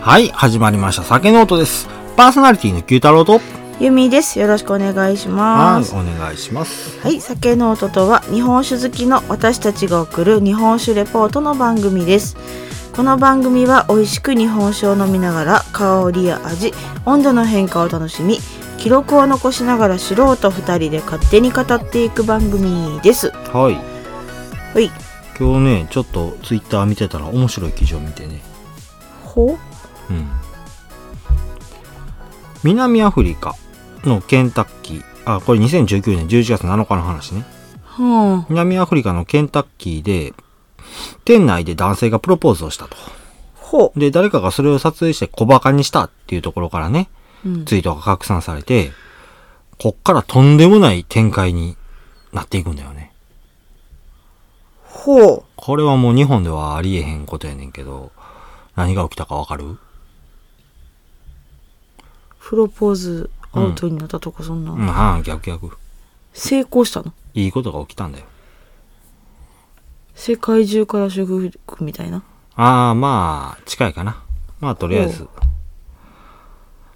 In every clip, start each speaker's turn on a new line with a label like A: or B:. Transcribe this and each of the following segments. A: はい、始まりました。酒ノートです。パーソナリティの九太郎と、
B: ゆみです。よろしくお願いし
A: は
B: ま
A: い、
B: す。
A: お願いします。
B: はい、酒ノートとは日本酒好きの私たちが送る日本酒レポートの番組です。この番組は美味しく日本酒を飲みながら香りや味、温度の変化を楽しみ、記録を残しながら素人2人で勝手に語っていく番組です。
A: はい、
B: はい。
A: 今日ね、ちょっとツイッター見てたら面白い記事を見てね。
B: ほ
A: うん。南アフリカのケンタッキー、あ、これ2019年11月7日の話ね。
B: は
A: 南アフリカのケンタッキーで、店内で男性がプロポーズをしたと。
B: あ、ほ
A: で、誰かがそれを撮影して小馬鹿にしたっていうところからね、
B: う。うん。
A: ツイートが拡散されて、こっからとんでもない展開になっていくんだよね。
B: ほう。
A: これはもう日本ではありえへんことやねんけど、何が起きたかわかる
B: プロポーズアウトになったとかそんな。
A: うん、はん、逆逆。
B: 成功したの
A: いいことが起きたんだよ。
B: 世界中から祝福みたいな。
A: ああ、まあ、近いかな。まあ、とりあえ
B: お
A: ず。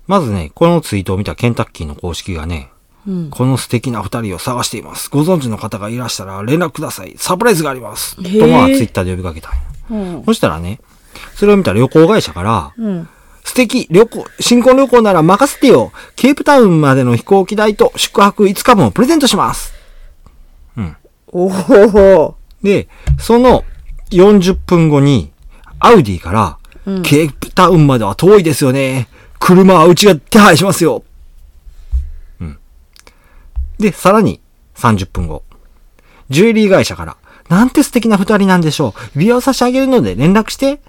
A: まずね、このツイートを見たケンタッキーの公式がね、
B: うん。
A: この素敵な二人を探しています。ご存知の方がいらしたら連絡ください。サプライズがあります。
B: へー
A: とまあ、ツイッターで呼びかけたんや。
B: うん。
A: そしたらね、それを見た旅行会社から、
B: うん。
A: 素敵、旅行、新婚旅行なら任せてよ。ケープタウンまでの飛行機代と宿泊5日分をプレゼントします。
B: おお。
A: で、その40分後に、アウディから、ケープタウンまでは遠いですよね。車はうちが手配しますよ。うん。で、さらに30分後、ジュエリー会社から、なんて素敵な二人なんでしょう。指輪を差し上げるので連絡して。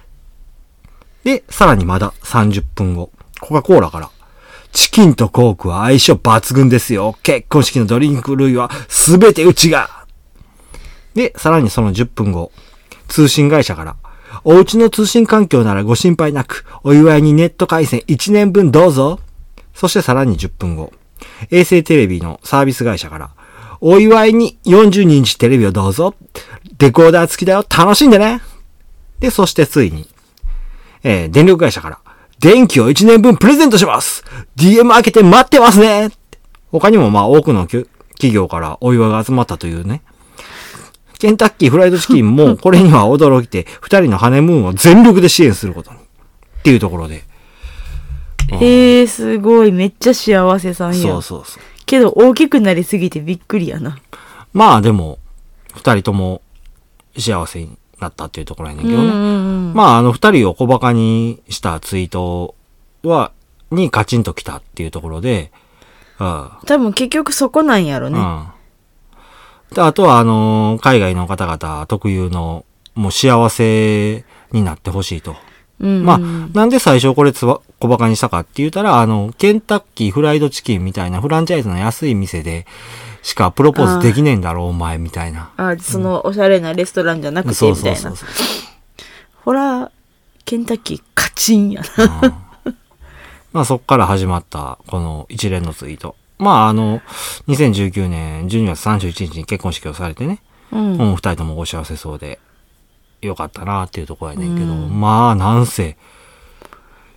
A: で、さらにまだ30分後、コカ・コーラから、チキンとコークは相性抜群ですよ。結婚式のドリンク類はすべてうちが。で、さらにその10分後、通信会社から、お家の通信環境ならご心配なく、お祝いにネット回線1年分どうぞ。そしてさらに10分後、衛星テレビのサービス会社から、お祝いに42インチテレビをどうぞ。デコーダー付きだよ。楽しんでね。で、そしてついに、えー電力会社から、電気を1年分プレゼントします !DM 開けて待ってますね他にもまあ多くのきゅ企業からお祝いが集まったというね。ケンタッキーフライドチキン もこれには驚いて、二人のハネムーンを全力で支援することに。っていうところで。
B: へえ、すごい。めっちゃ幸せさんや。
A: そうそうそう。
B: けど、大きくなりすぎてびっくりやな。
A: まあでも、二人とも幸せになったっていうところやねんけどね。
B: ん。
A: まあ、あの、二人を小馬鹿にしたツイートは、にカチンときたっていうところで、うん。
B: 多分結局そこなんやろね。
A: うん。で、あとは、あのー海外の方々特有の、もう幸せになってほしいと。
B: うん。
A: まあ、なんで最初これつば、小馬鹿にしたかって言ったら、あの、ケンタッキーフライドチキンみたいなフランチャイズの安い店でしかプロポーズできねえんだろ、お前、みたいな。
B: あ、その、おしゃれなレストランじゃなくて、
A: そ
B: み
A: うそ
B: た
A: う
B: い
A: そ
B: な
A: う。そう。
B: ほら、ケンタッキー、カチンやな。
A: まあそこから始まった、この一連のツイート。まああの、2019年12月31日に結婚式をされてね、
B: うん。
A: もう二人ともご幸せそうで、よかったなっていうところやねんけど、まあなんせ、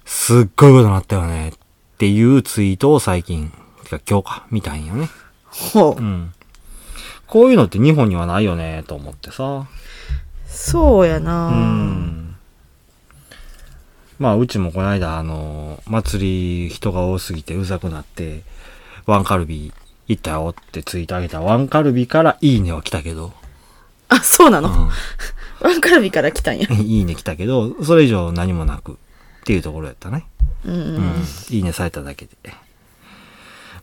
A: すっごいことになったよねっていうツイートを最近、てか今日か、見たんよね。
B: ほう
A: うん。こういうのって日本にはないよねと思ってさ。
B: そうやな。
A: うんまあ、うちもこの間、あの、祭り人が多すぎてうざくなって、ワンカルビ行ったよってツイートあげたワンカルビからいいねは来たけど、
B: あ、そうなの、
A: う
B: ワンカルビから来たんや。
A: ん、 いいね来たけど、それ以上何もなくっていうところやったね。
B: うん。
A: うん、いいねされただけで。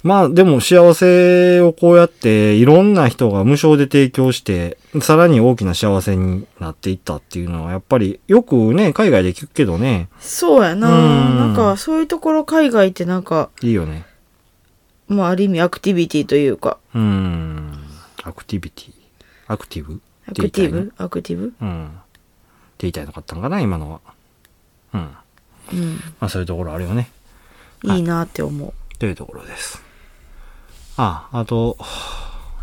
A: まあでも幸せをこうやっていろんな人が無償で提供して、さらに大きな幸せになっていったっていうのはやっぱりよくね、海外で聞くけどね、
B: そうやな。
A: うん
B: なんか、そういうところ海外ってなんか、
A: いいよね。
B: まあ、ある意味アクティビティというか、
A: うーん。アクティビティ。アクティブ
B: ア
A: って言
B: ク
A: いた
B: テ
A: い
B: ィ
A: の
B: ブアクティブ
A: うん。って言いたいのかったんかな、今のは。うん。ま
B: うん。
A: あそういうところあるよね。
B: いいなって思う。
A: というところです。あ、あと、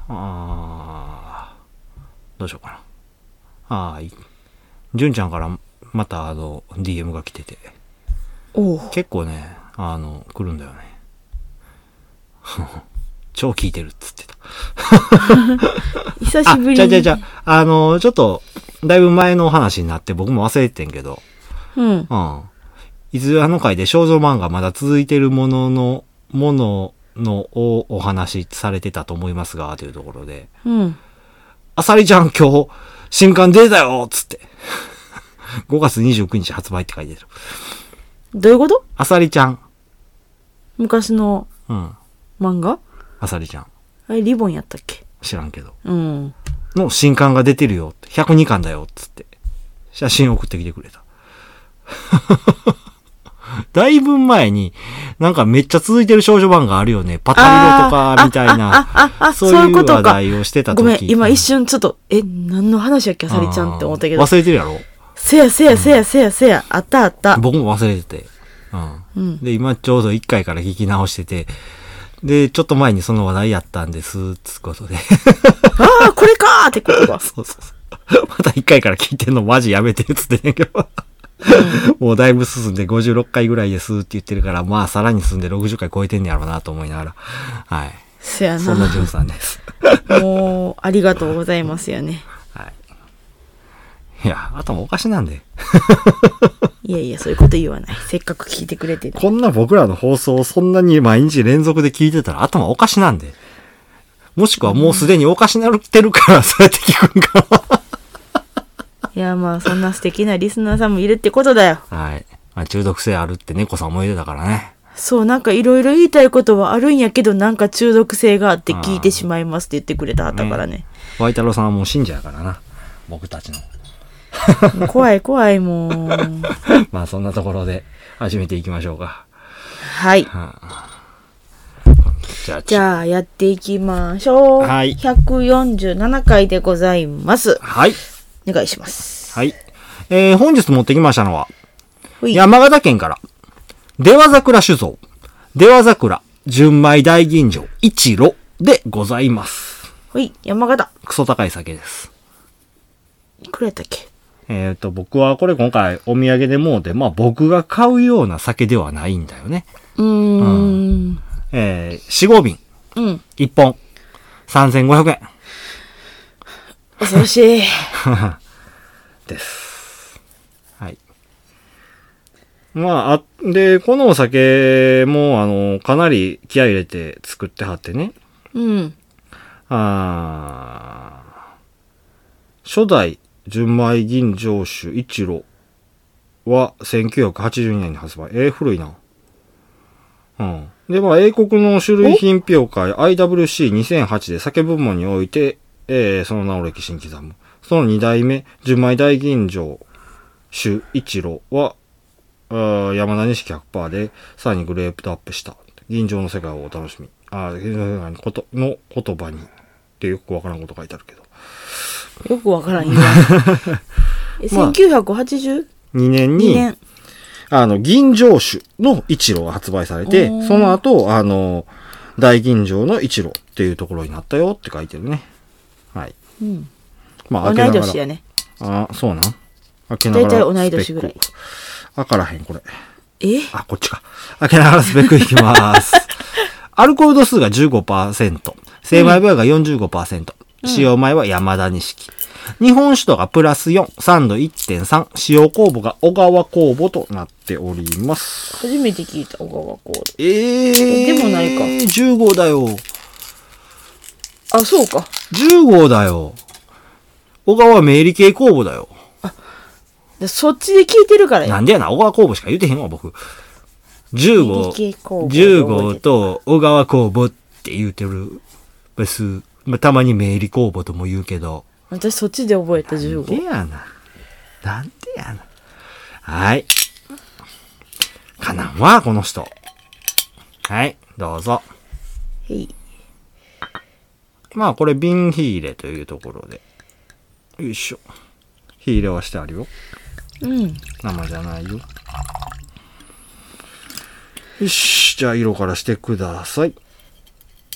A: あーどうしようかな。ああ、いい。純ちゃんからまたあの、DM が来てて。
B: おう
A: 結構ね、あの、来るんだよね。 超聞いてるっつってた。
B: 久
A: あ、
B: しぶり
A: じ
B: に。
A: ゃあじゃあじゃあ、あの、ちょっと、だいぶ前のお話になって僕も忘れてんけど、
B: うん。
A: うん。いずれあの回で少女漫画まだ続いてるものの、もののをお話しされてたと思いますが、というところで、
B: うん。
A: あさりちゃん今日、新刊出たよっつって。5月29日発売って書いてる。
B: どういうこと
A: あさりちゃん。
B: 昔の
A: うん。
B: 漫画
A: あさりちゃん。
B: あれ、リボンやったっけ
A: 知らんけど。
B: うん。
A: の新刊が出てるよって。102巻だよっつって。写真送ってきてくれた。 だいぶ前に、なんかめっちゃ続いてる少女漫画あるよね。パタリロとか、みたい
B: あ
A: な。
B: あ、あ、あ、
A: そう
B: そう
A: い
B: いううこと
A: 話
B: か。
A: 題をしてた時
B: ごめん、今一瞬ちょっと、え、何の話やっけ、あさりちゃんって思ったけ
A: うん
B: ど。
A: 忘れてるやろ
B: せやせやせやせやせや、あったあった。
A: 僕も忘れてて。うん。
B: うん。
A: で、今ちょうど1回から聞き直してて、で、ちょっと前にその話題やったんです、つうことで。
B: ああ、これかーってことが。
A: そうそうそう。また1回から聞いてんのマジやめてっつってんねんけど。もうだいぶ進んで56回ぐらいですって言ってるから、まあさらに進んで60回超えてんねやろうなと思いながら。はい。
B: せや
A: そんな
B: な。
A: ジュンさんです。
B: もう、ありがとうございますよね。
A: いや、頭おかしなんで。
B: いやいや、そういうこと言わない。せっかく聞いてくれてる。
A: こんな僕らの放送をそんなに毎日連続で聞いてたら頭おかしなんで。もしくはもうすでにおかしなってるから、 そうやって聞くんか
B: いや、まあ、そんな素敵なリスナーさんもいるってことだよ。
A: な。はい。まあ、中毒性あるって猫さんも言ってたからね。
B: そう、なんかいろいろ言いたいことはあるんやけど、なんか中毒性があって聞いてしまいますって言ってくれたはったからね。
A: ワイタロさんはもう信者やからな。僕た ちの。
B: もう怖い怖い、もう。
A: まあそんなところで始めていきましょうか。
B: はい。
A: じゃあ、
B: じゃあ、やっていきましょう。
A: はい
B: 147回でございます。
A: はい。
B: お願いします。
A: はい。えー、本日持ってきましたのは、
B: ほい。
A: 山形県から、出羽桜酒造、出羽桜、純米大吟醸、一路でございます。
B: ほい。山形。
A: クソ高い酒です。
B: いくらやったっけ
A: えっ、と、僕はこれ今回お土産でもうで、まあ僕が買うような酒ではないんだよね。
B: うーん。
A: えー、四合瓶、
B: うん。
A: 一本、3500円
B: 恐ろしい。
A: です。はい。まあ、あ、で、このお酒も、あの、かなり気合い入れて作ってはってね。
B: うん。
A: あー初代純米吟醸酒一路は1982年に発売。えー、古いな。うん。で、まあ、英国の種類品評会 IWC2008 で酒部門において、えーその名を歴史に刻む。その2代目、純米大吟醸酒一路は、あー山田錦100%で、さらにグレープアップした。吟醸の世界をお楽しみ。あー吟醸の世界のこと、の言葉に。ってよくわからんこと書いてあるけど。
B: よく わからんよ。え、
A: まあ
B: 1982?
A: 2年
B: 2
A: に、
B: 年。
A: あの、銀醸酒の一路が発売されて
B: お、ー
A: その後、あの、大銀醸の一路っていうところになったよって書いてるね。はい。
B: うん。
A: ま
B: 同
A: あ、
B: い
A: 開けなが
B: 年や
A: ら。
B: ね。
A: あ、そうなん開けながら。
B: 大体同い年ぐらい
A: スペック。開からへん、これ。
B: え
A: あ、こっちか。開けながらスペックいきます。 アルコール度数が15%、精米部屋が45%、使用前は山田錦。日本酒度がプラス4、酸度1.3、使用酵母が小川酵母となっております。
B: 初めて聞いた小川コー
A: ええー。
B: でもないか
A: 15だよ。
B: ド。あ、そうか。
A: 15だよ。小川明理系酵母だよ。
B: でそっちで聞いてるから
A: な
B: よ。
A: んでやな、小川酵母しか言うてへんわ、僕。
B: 明理系
A: 15
B: 酵、母
A: 15と小川酵母って言うてる。です。まあ、たまに明理酵母とも言うけど。
B: 私そっちで覚えた
A: なんで
B: 15。
A: やな。なんでやな。はい。かなんわ、この人。はい、どうぞ。
B: へい。
A: まあ、これ瓶火入れというところで。よいしょ。火入れはしてあるよ。
B: うん。
A: 生じゃないよ。よし。じゃあ、色からしてください。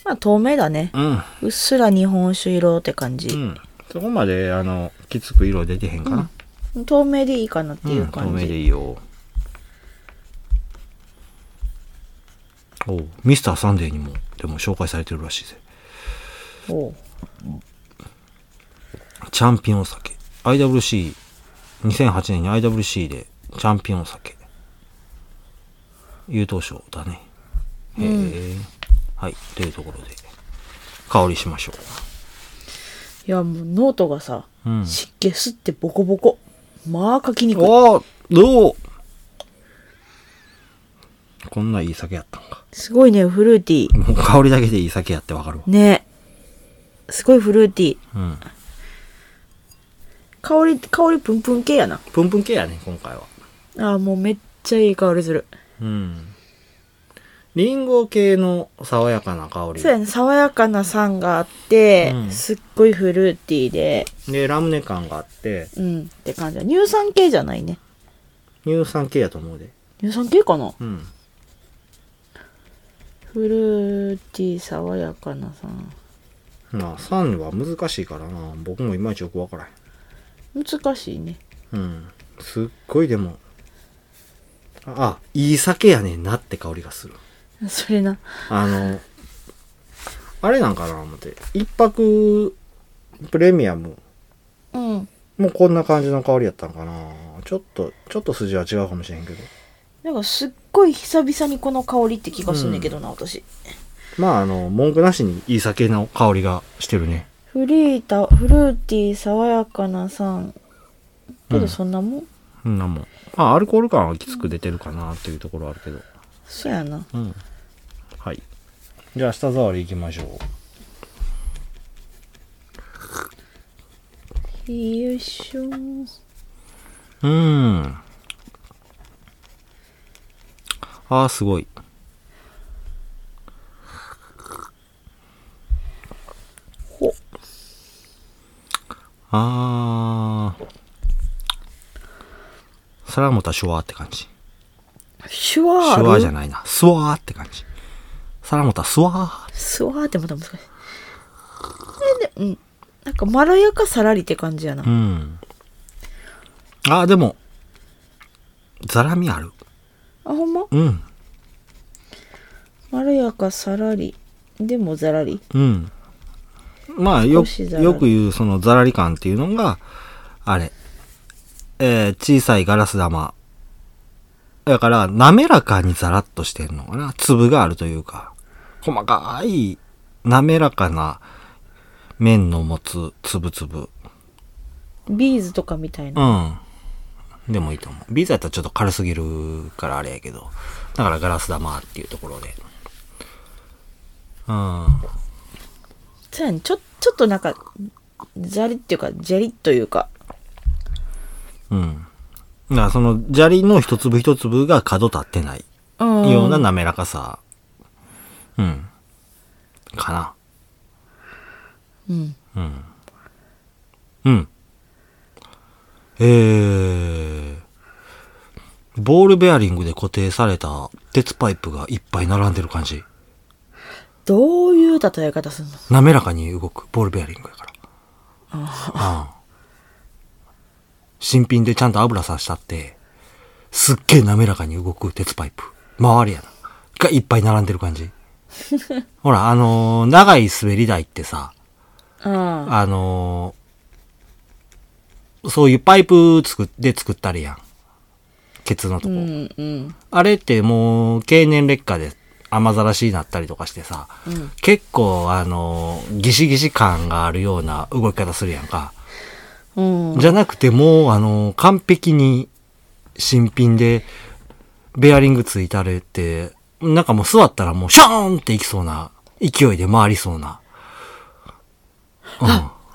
B: まあ透明だね。
A: うん。
B: うっすら日本酒色って感
A: う
B: じ。
A: ん。そこまで、あの、きつく色出てへんかな。
B: 透明でいいかなって
A: うん、
B: いう感
A: 透明で
B: じ。
A: いいよ。おうミスターサンデーにも、でも紹介されてるらしいぜ。
B: おう
A: チャンピオン酒。IWC、2008年に IWC でチャンピオン酒。優等賞だね。へえ、はい、というところで、香りしましょ
B: いやもうノートがさ、
A: うん
B: 湿気吸ってボコボコまあ書きに
A: う。
B: くい
A: おーどうこんないい酒やったんか。
B: すごいねフルーティー
A: もう香りだけでいい酒やってわかるわ。
B: ねすごいフルーティ
A: う
B: ー
A: ん。
B: 香り香りプンプン系やな
A: プンプン系やね、今回は。
B: あーもうめっちゃいい香りする
A: うん。リンゴ系の爽やかな香り。
B: そうやね爽やかな酸があって、
A: うん
B: すっごいフルーティーで
A: で、ラムネ感があって、
B: うんって感じだ乳酸系じゃないね
A: 乳酸系やと思うで。
B: 乳酸系かな
A: うん。
B: フルーティー爽やかな酸
A: まあ、酸は難しいからな。僕もいまいちよくわからへん。
B: 難しいね
A: うん。すっごいでも、あ、いい酒やねんなって香りがする。
B: それな
A: あの、あれなんかな思って。一泊プレミアム
B: うん
A: もこんな感じの香りやったのかな。ちょっと、ちょっと筋は違うかもしれんけど。
B: なんかすっごい久々にこの香りって気がするんだけどな、私
A: まあ、あの、文句なしにいい酒の香りがしてるね。
B: フリータフルーティー爽やかな酸けどそんなもん、
A: うん、なんも。まあ、アルコール感はきつく出てるかなっていうところはあるけど。
B: そうやな
A: うん。はい。じゃあ、舌触りいきましょ
B: よいしょ
A: う。うーん。ああ、すごい。
B: ほ
A: ああ。それはまたシュワーって感じ。
B: シュワー
A: シュワーじゃ
B: な
A: ない
B: い
A: な。スワーって感じ。さらまたスワー。
B: スワーってまた難しいえでうんなんかまろやかさらりって感じやな、
A: うん。ああ、でも、ザラミある。
B: あほんま
A: うん。
B: まろやかさらりでもざらり
A: うん。まあ、よ
B: 少し
A: く、
B: ざらり
A: よく言う、その、ザラリ感っていうのが、あれ、えー小さいガラス玉。だから、滑らかにザラッとしてんのかな。粒があるというか、細かい、滑らかな面の持つ粒々。
B: ビーズとかみたいな、
A: うん。でもいいと思う。ビーズやったらちょっと軽すぎるからあれやけど。だからガラス玉っていうところで。うん。
B: そうやねちょちょっとなんかざりっていうかジャリというか
A: うん。だからその砂利の一粒一粒が角立ってない
B: うん
A: ような滑らかさ。うん。かな。
B: うん
A: うん。えー。ボールベアリングで固定された鉄パイプがいっぱい並んでる感じ。
B: どういう例え方すんの
A: 滑らかに動くボールベアリングやから。ああ新品でちゃんと油さしたって、すっげえ滑らかに動く鉄パイプ。回りやな。がいっぱい並んでる感じ。ほら、あのー長い滑り台ってさ、
B: ああ
A: あのーそういうパイプ作っで作ったりやん。ケツのと
B: う
A: こ。
B: んうん
A: あれってもう経年劣化で雨ざらしになったりとかしてさ、
B: うん
A: 結構あの、ギシギシ感があるような動き方するやんか。
B: うん
A: じゃなくてもうあの、完璧に新品でベアリングついたれって、なんかもう座ったらもうシャーンっていきそうな勢いで回りそうな。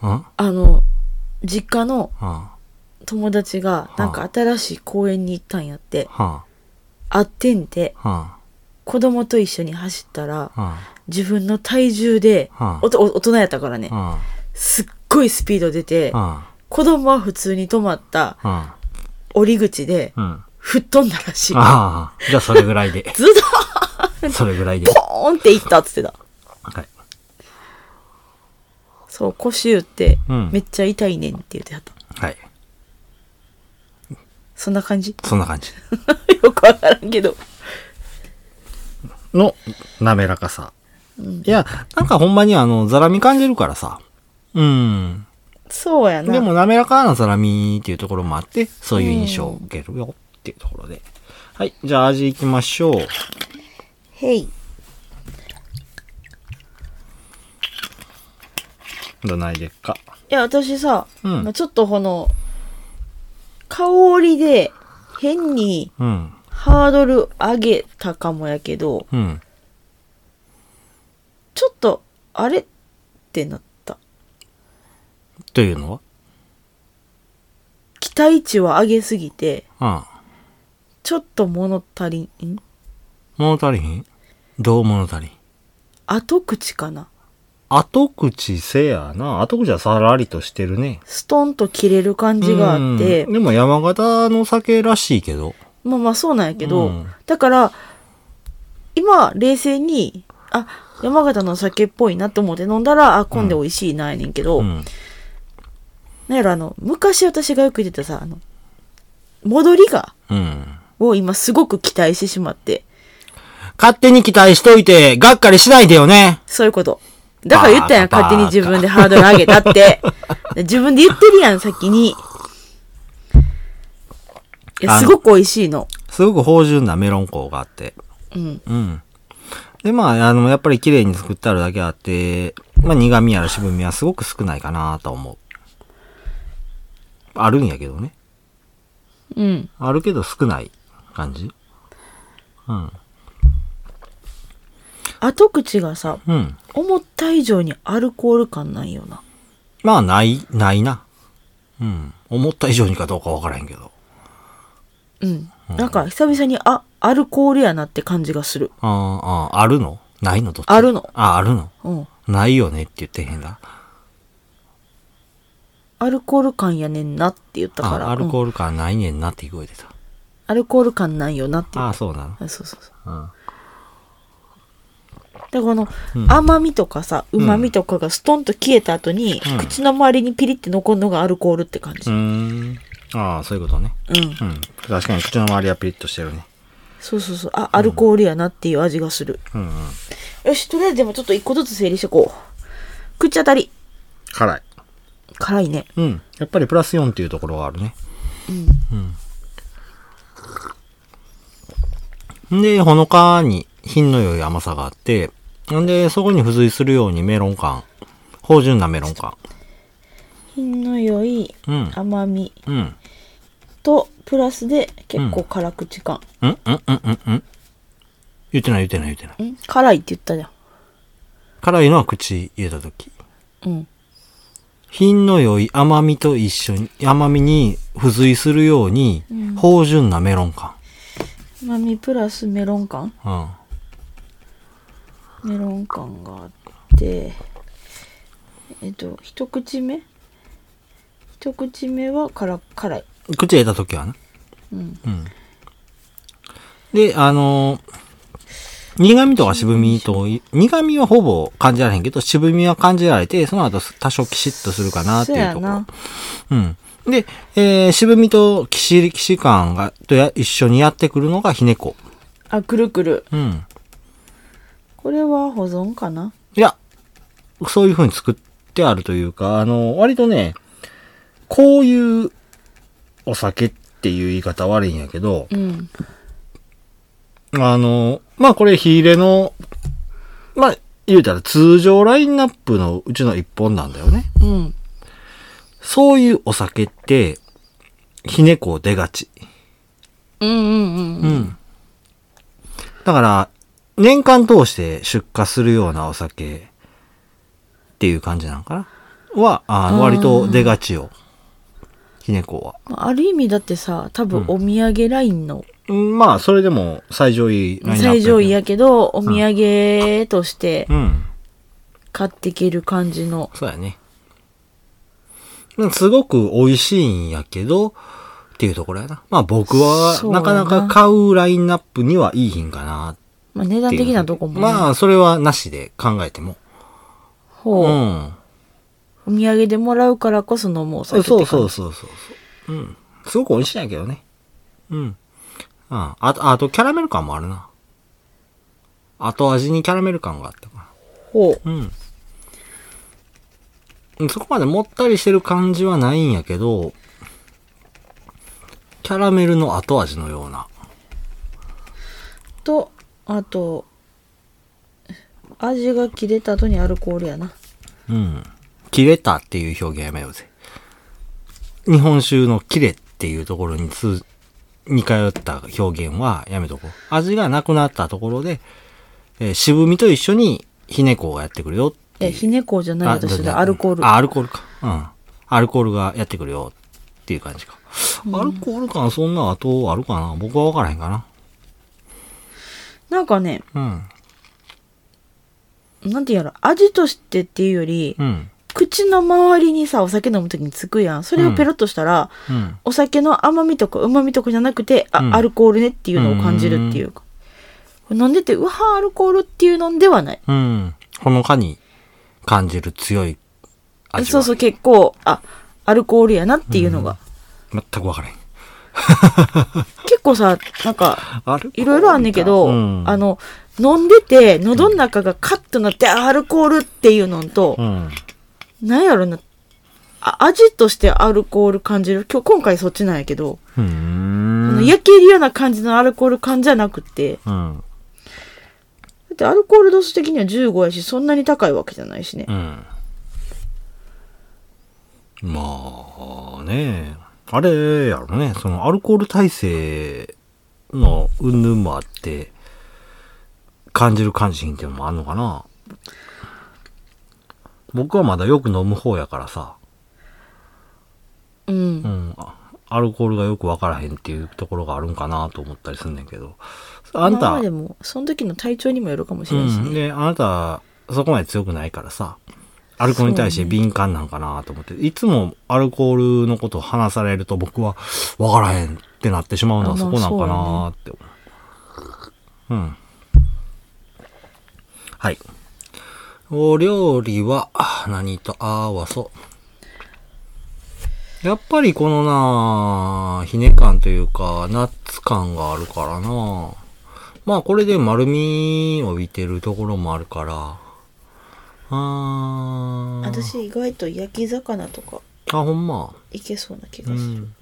A: うん。うん。
B: あの実家の
A: うん。は
B: 友達がなんか新しい公園に行ったんやって
A: あ。
B: あってんて
A: は
B: 子供と一緒に走ったら
A: あ。は
B: 自分の体重で
A: はあ
B: おとお大人やったからね
A: あ。は
B: すっごいスピード出て
A: あ。は
B: 子供は普通に止まった
A: あ。は
B: 折り口で
A: あ。うん。
B: 吹っ飛んだらしい。
A: ああ。じゃあそれぐらいで
B: ずど
A: それぐらいで
B: ポ。ーンっていったっつってた
A: はい。
B: そう腰打って
A: うん
B: めっちゃ痛いねんって言ってはった
A: はい。
B: そんな感じ
A: そんな感じ。
B: よくわからんけど
A: の滑らかさ。いや、なんかほんまにあの、ザラミ感じるからさ。うん。
B: そうやな。
A: でも滑らかなザラミっていうところもあって、そういう印象を受けるよっていうところで。はい。じゃあ味いきましょう。
B: へい。
A: どないでっか。
B: いや、私さ、
A: うん
B: まあちょっとこの、香りで変に
A: うん。
B: ハードル上げたかもやけど、
A: うん。
B: ちょっと、あれってなった。
A: というの
B: 期待値は上げすぎて、
A: は
B: ちょっと物足りん、ん
A: うん。物足りひんどう物足りん
B: 後口かな。
A: 後口せやな。後口はさらりとしてるね。
B: ストンと切れる感じがあって
A: うん、でも山形の酒らしいけど。
B: まあまあそうなんやけど、
A: うん
B: だから、今、冷静に、あ、山形の酒っぽいなと思って飲んだら、あ、今で美味しいなやねんけど、
A: うん。
B: なんやろ、あの、昔私がよく言ってたさ、あの、戻りが、
A: うん。
B: を今すごく期待してしまって、
A: 勝手に期待しといて、がっかりしないでよね。
B: そういうこと。だから言ったやん、
A: バーカ
B: 勝手に自分でハードル上げたって。で自分で言ってるやん、先に。いや、
A: あ
B: す
A: の
B: ごく美味しいの。
A: すごく芳醇なメロン香があって。
B: うん。
A: うん。で、まあ、あの、やっぱり綺麗に作ってあるだけあって、まあ、苦味やら渋みはすごく少ないかなと思う。あるんやけどね。
B: うん。
A: あるけど少ない感じ。うん。
B: 後口がさ、
A: うん。
B: 思った以上にアルコール感ないよな。
A: まあ、ない、ないな。うん。思った以上にかどうかわからへんけど。
B: うん。なんか久々に、あ、アルコールやなって感じがする。
A: あーあー、あるのないのどっち
B: あるの。
A: あ、あるの
B: うん。
A: ないよねって言ってへんだ。
B: アルコール感やねんなって言ったから。
A: あアル
B: うん
A: コール感ないねんなって聞こえてた。
B: アルコール感ないよなって言
A: あ
B: っ
A: あ、そうなの
B: た。あそうそうそう。
A: うん。
B: で、この甘みとかさ、旨味とかがストンと消えた後に、
A: うん
B: 口の周りにピリって残るのがアルコールって感じ。
A: う
B: うん。
A: ーん。ああ、そういうことね。うん。確かに口の周りはピリッとしてるね。
B: そうそうそう。あ、アルコールやなっていう味がする。
A: うんうん。
B: よし、とりあえずでもちょっと一個ずつ整理してこう。口当たり。
A: 辛い。
B: 辛いね。
A: うん。やっぱりプラス4っていうところがあるね。うん。で、ほのかに品の良い甘さがあって、んで、そこに付随するようにメロン感。芳醇なメロン感。
B: 品の良い
A: うん。
B: 甘み
A: うん。うん、
B: と、プラスで結構辛口感。
A: うん、うん、うん、うん。言ってない、言ってない、言ってない。
B: ん辛いって言ったじゃ
A: 辛いのは口入れた時
B: ん。うん。
A: 品の良い甘みと一緒に、甘みに付随するように、芳醇なメロン感。
B: 甘みプラスメロン感
A: うん。
B: メロン感があってえっと一口目一口目は辛辛い
A: 口入れた時はな。
B: うん
A: で、あのー苦味とか渋みと、い苦味はほぼ感じられへんけど、渋みは感じられて、その後多少キシッとするかなっていうとこ
B: そや
A: ろ
B: な。
A: うん。で、えー渋みとキシ、キシ感が、とや一緒にやってくるのがひねこ。
B: あくるくる
A: うん。
B: これは保存かない
A: や、そういう風に作ってあるというか、あの、割とね、こういうお酒っていう言い方悪いんやけど、
B: うん
A: あの、まあ、これ、火入れの、まあ、言うたら通常ラインナップのうちの一本なんだよね。
B: うん
A: そういうお酒って、ひねこ出がち。
B: うんうんうん
A: うん。だから、年間通して出荷するようなお酒っていう感じなのかなは、あ
B: うん
A: 割と出がちよ。ひねこは。
B: まあある意味だってさ多分お土産ラインの
A: うんまあ、それでも最上位ラインナップ
B: 最上位やけどお土産として
A: うん。
B: 買っていける感じの
A: そうやね。うんすごく美味しいんやけど、っていうところやな。まあ僕は
B: そうや
A: な
B: な
A: かなか買うラインナップにはいい品かなって
B: まあ値段
A: いう
B: 的なとこもね
A: まあそれはなしで考えても。う。
B: ほうんお土産でもらうからこそ飲もう
A: そうそうそう
B: そ
A: そうそう。うん。すごく美味しいんやけどね。うん。ああと、あとキャラメル感もあるな。後味にキャラメル感があったかな。
B: ほう。
A: うんそこまでもったりしてる感じはないんやけど、キャラメルの後味のような。
B: と、あと、味が切れた後にアルコールやな。
A: うん。切れたっていう表現やめようぜ。日本酒の切れっていうところに通、似通った表現はやめとこう。味がなくなったところで、えー渋みと一緒にひねこうがやってくるよっていう
B: え、ひねこうじゃない私
A: だ
B: だ。アルコール。
A: あ、アルコールか。うん。アルコールがやってくるよっていう感じか。アルコール感そんな後あるかな僕は分からへんかな。
B: なんかね、
A: うん。
B: なんて言うんやろ、味としてっていうより、
A: うん。
B: 口の周りにさ、お酒飲むときにつくやん。それをペロッとしたら、
A: うん。
B: お酒の甘みとか旨みとかじゃなくて、あ、
A: うん
B: アルコールねっていうのを感じるっていうか。飲んでて、うわーアルコールっていうのではない。
A: うん。ほのかに感じる強い味
B: そ
A: は
B: うそう、結構、あ、アルコールやなっていうのが。
A: 全く分からへん。
B: 結構さ、なんか、
A: アルコール
B: いろいろあんねんけど、
A: うん
B: あの、飲んでて、喉の中がカッとなって、あアルコールっていうのと
A: う、ん。
B: なんやろな、あ味としてアルコール感じる。今日、今回そっちなんやけど、
A: う
B: あの
A: ん。
B: 焼けるような感じのアルコール感じゃなくて、
A: うん。
B: だってアルコール度数的には15やし、そんなに高いわけじゃないしね。
A: うん。まあね、あれやろね、そのアルコール耐性の云々もあって、感じる感心っていうのもあんのかな。僕はまだよく飲む方やからさ、
B: うん
A: う。ん、あアルコールがよくわからへんっていうところがあるんかなと思ったりすんねんけど、あん
B: ま
A: た、
B: あでも、その時の体調にもよるかもし
A: う
B: れないし
A: ん、
B: ね。
A: で、あなた、そこまで強くないからさ、アルコールに対して敏感なんかなと思って、いつもアルコールのことを話されると僕は分からへんってなってしまうのは
B: あ
A: そ
B: まあ
A: こなんかなって思う。うん。はい。お料理はあ何と合わそう。やっぱりこのなあひね感というか、ナッツ感があるからなまあこれで丸みを帯びてるところもあるから。あー。
B: 私意外と焼き魚とか
A: あ、ほんま。
B: いけそうな気
A: う
B: がする。
A: ん。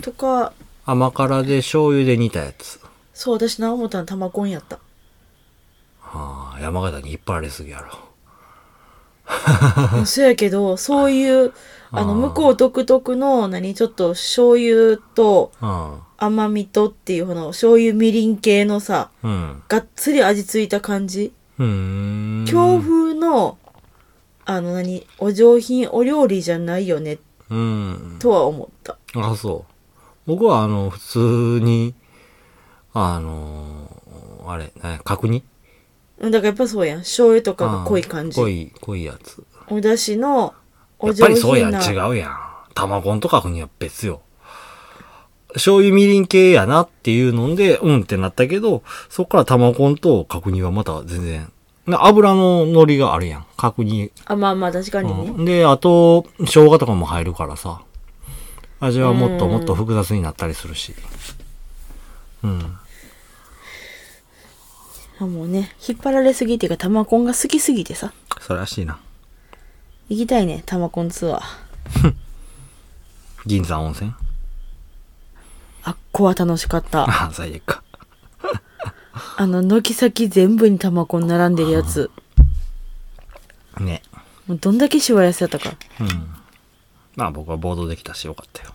B: とか、
A: 甘辛で醤油で煮たやつ。
B: そう、私な思ったの玉コンやった。
A: ああ、山形に引っ張られすぎやろ。
B: うんそうやけど、そういう、あの、
A: あー
B: 向こう独特の、何、ちょっと醤油と
A: うん。
B: 甘みとっていう、この醤油みりん系のさ、
A: うん。
B: がっつり味ついた感じ。
A: うーん。
B: 強風の、あの何、お上品お料理じゃないよね、
A: うん。
B: とは思った。
A: あ、そう。僕は、あの、普通に、あのーあれ、何や角煮
B: うんだからやっぱそうやん。醤油とかが濃い感
A: うん濃
B: じ。
A: い、濃いやつ。
B: お出汁の、
A: や
B: お
A: っぱ
B: 上
A: りそうや
B: 品
A: ん、
B: な。
A: 違うやん。卵んとかには別よ。醤油みりん系やなっていうので、うんってなったけど、そっから卵んと角煮はまた全然、な油の海苔があるやん。角煮。
B: あ、まあまあ確かにね。
A: うんで、あと、生姜とかも入るからさ。味はもっともっと複雑になったりするし。うん。
B: あもうね、引っ張られすぎっていうか、玉コンが好きすぎてさ。
A: それらしいな。
B: 行きたいね、玉コンツアー。
A: 銀山温泉
B: あっこは楽しかった。
A: ああ、最悪か。
B: あの、軒先全部に玉コン並んでるやつ。
A: ね。
B: もうどんだけしわ寄せやったか。
A: まあ僕は暴動できたしよかったよ。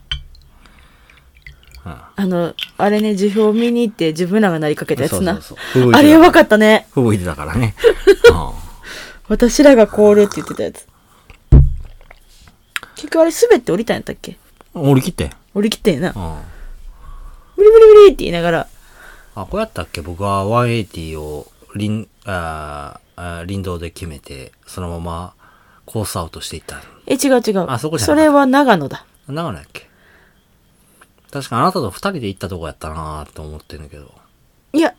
B: あの、あれね、辞表見に行って自分らがなりかけたやつな。
A: そうそうそう
B: あれやばかったね。
A: 吹雪いてたから ね。う
B: 私らが凍るって言ってたやつ。結局あれ滑って降りたんやったっけ
A: ん。俺切ってん。
B: 降りきってんやな
A: う。ん。
B: ブリブリブリって言いながら、
A: あ、こうやったっけ僕は180を林、あーあー林道で決めて、そのままコースアウトしていった。
B: え、違う違う。
A: あそこじゃなかった
B: れは長野だ。
A: 長野やっけ確かあなたと二人で行ったとこやったなーって思ってんだけど。
B: いや、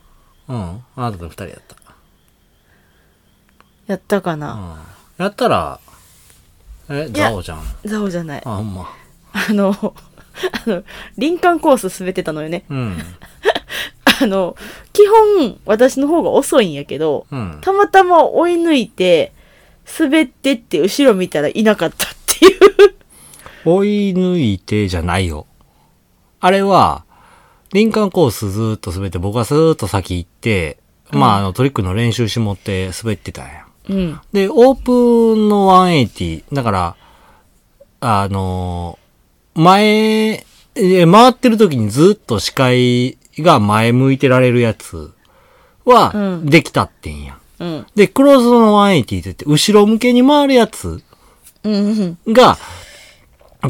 A: うん。あなたと二人やった。
B: やったかな。
A: やったら、え、
B: いや
A: ザオちゃん。
B: ザオじゃない。あ
A: あ、ほんま。
B: の、あの、林間コース滑ってたのよね。
A: うん。
B: あの、キ基本私の方が遅いんやけど、
A: うん。
B: たまたま追い抜いて、滑ってって後ろ見たらいなかったっていう。
A: 追い抜いてじゃないよ。あれは、林間コースずーっと滑って、僕はスーッと先行って、まあ、あの、トリックの練習しもって滑ってたんや。
B: うん。
A: で、オープンの180、だから、あのー前、え回ってる時にずーっと視界が前向いてられるやつは、
B: うん
A: できたってんや。
B: うん。
A: で、クローズドの180って言って、後ろ向けに回るやつ
B: うんうん。
A: が、